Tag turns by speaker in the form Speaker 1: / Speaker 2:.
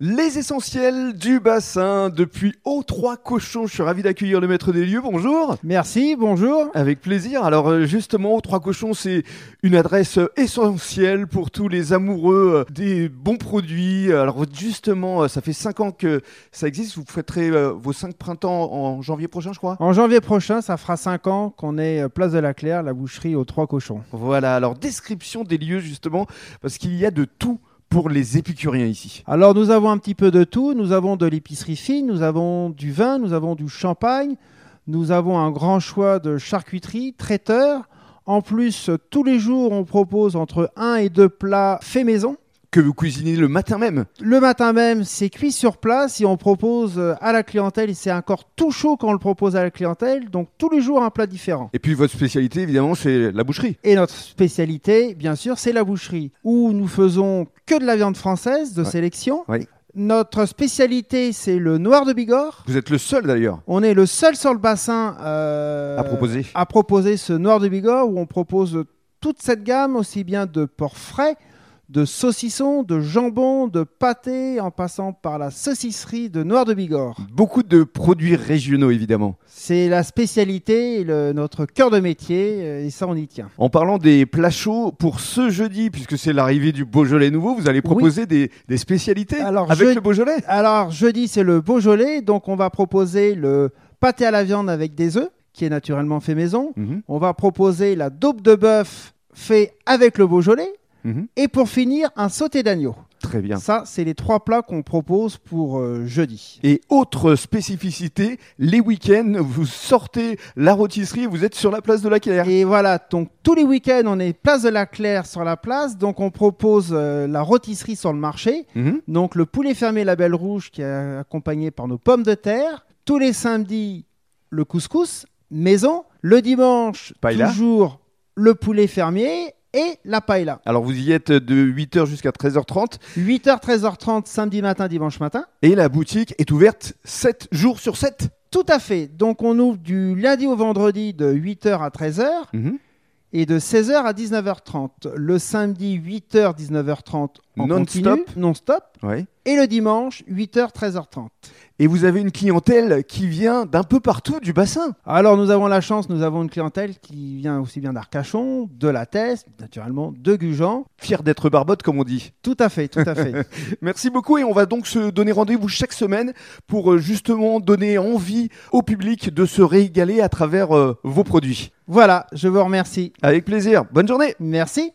Speaker 1: Les essentiels du bassin depuis Haut Trois Cochons. Je suis ravi d'accueillir le maître des lieux. Bonjour.
Speaker 2: Merci, bonjour.
Speaker 1: Avec plaisir. Alors euh, justement, Haut Trois Cochons, c'est une adresse euh, essentielle pour tous les amoureux euh, des bons produits. Alors justement, euh, ça fait cinq ans que ça existe. Vous fêterez euh, vos cinq printemps en janvier prochain, je crois.
Speaker 2: En janvier prochain, ça fera 5 ans qu'on est euh, place de la Claire, la boucherie aux trois cochons.
Speaker 1: Voilà. Alors description des lieux justement, parce qu'il y a de tout pour les épicuriens ici.
Speaker 2: Alors nous avons un petit peu de tout, nous avons de l'épicerie fine, nous avons du vin, nous avons du champagne, nous avons un grand choix de charcuterie, traiteur. En plus, euh, tous les jours, on propose entre 1 et 2 plats faits maison.
Speaker 1: Que vous cuisinez le matin même.
Speaker 2: Le matin même, c'est cuit sur place et on propose euh, à la clientèle, et c'est encore tout chaud quand on le propose à la clientèle, donc tous les jours un plat différent.
Speaker 1: Et puis votre spécialité, évidemment, c'est la boucherie.
Speaker 2: Et notre spécialité, bien sûr, c'est la boucherie, où nous faisons que de la viande française de
Speaker 1: Ouais.
Speaker 2: sélection.
Speaker 1: Ouais.
Speaker 2: Notre spécialité, c'est le noir de Bigorre.
Speaker 1: Vous êtes le seul d'ailleurs
Speaker 2: On est le seul sur le bassin euh,
Speaker 1: à proposer.
Speaker 2: à proposer ce noir de Bigorre, où on propose toute cette gamme, aussi bien de porc frais, de saucissons, de jambon, de pâté, en passant par la saucisserie de noir de Bigorre.
Speaker 1: Beaucoup de produits régionaux, évidemment.
Speaker 2: C'est la spécialité, le- notre cœur de métier, euh, et ça, on y tient.
Speaker 1: En parlant des plats chauds, pour ce jeudi, puisque c'est l'arrivée du Beaujolais nouveau, vous allez proposer des, des spécialités
Speaker 2: Alors,
Speaker 1: avec
Speaker 2: je-
Speaker 1: le Beaujolais.
Speaker 2: Alors jeudi c'est le Beaujolais, donc on va proposer le pâté à la viande avec des œufs, qui est naturellement fait maison.
Speaker 1: Mhm,
Speaker 2: On va proposer la daube de bœuf fait avec le Beaujolais.
Speaker 1: mhm.
Speaker 2: Et pour finir, un sauté d'agneau.
Speaker 1: Très bien.
Speaker 2: Ça, c'est les trois plats qu'on propose pour euh, jeudi.
Speaker 1: Et autre spécificité, les week-ends, vous sortez la rôtisserie, vous êtes sur la place de la Caire.
Speaker 2: Et voilà, donc tous les week-ends, on est place de la Claire sur la place. Donc on propose euh, la rôtisserie sur le marché.
Speaker 1: Mhm.
Speaker 2: Donc le poulet fermé label rouge qui est accompagné par nos pommes de terre. Tous les samedis, le couscous maison. Le dimanche,
Speaker 1: Paella.
Speaker 2: toujours le poulet fermier et la paella.
Speaker 1: Alors vous y êtes de 8h jusqu'à 13h30
Speaker 2: 8h, 13h30 samedi matin, dimanche matin.
Speaker 1: et la boutique est ouverte 7 jours sur 7.
Speaker 2: Tout à fait. Donc on ouvre du lundi au vendredi de 8h à 13h
Speaker 1: Mhm.
Speaker 2: et de 16h à 19h30. Le samedi 8h 19h30 en
Speaker 1: Non-stop.
Speaker 2: continu, non-stop
Speaker 1: Ouais.
Speaker 2: et le dimanche 8h 13h30.
Speaker 1: Et vous avez une clientèle qui vient d'un peu partout du bassin.
Speaker 2: Alors nous avons la chance, nous avons une clientèle qui vient aussi bien d'Arcachon, de la Teste, naturellement, de Gujan.
Speaker 1: Fier d'être barbote, comme on dit.
Speaker 2: Tout à fait, tout à fait.
Speaker 1: Merci beaucoup et on va donc se donner rendez-vous chaque semaine pour euh, justement donner envie au public de se régaler à travers euh, vos produits.
Speaker 2: voilà, je vous remercie.
Speaker 1: Avec plaisir. Bonne journée.
Speaker 2: Merci.